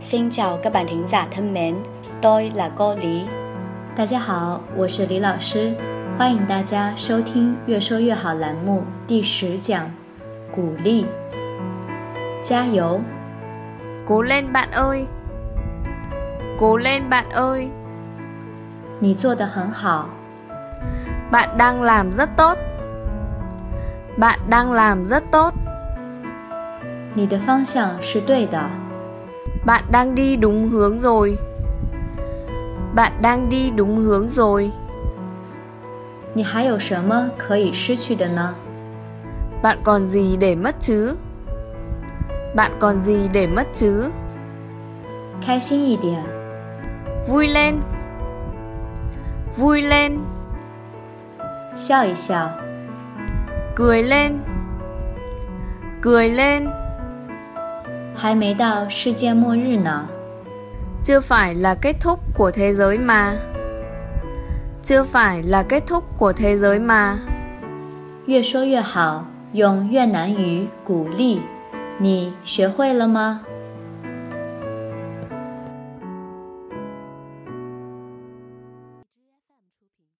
Xin chào các bạn thính giả thân mến, tôi là cô Lý. 大家好，我是李老师，欢迎大家收听《越说越好》栏目第十讲，鼓励，加油！ Cố lên bạn ơi. Cố lên bạn ơi, 你做得很好， bạn đang làm rất tốt. Bạn đang làm rất tốt, 你的方向是对的， bạn đang đi đúng hướng rồi. Bạn đang đi đúng hướng rồi. 你还有什么可以失去的呢？ Bạn còn gì để mất chứ? Bạn còn gì để mất chứ? 开心一点， Vui lên. Vui lên, 笑一笑， cười lên. Cười lên, 还没到世界末日呢。 chưa phải là kết thúc của thế giới mà. Chưa phải là kết thúc của thế giới mà. 越说越好，用越南语鼓励，你学会了吗？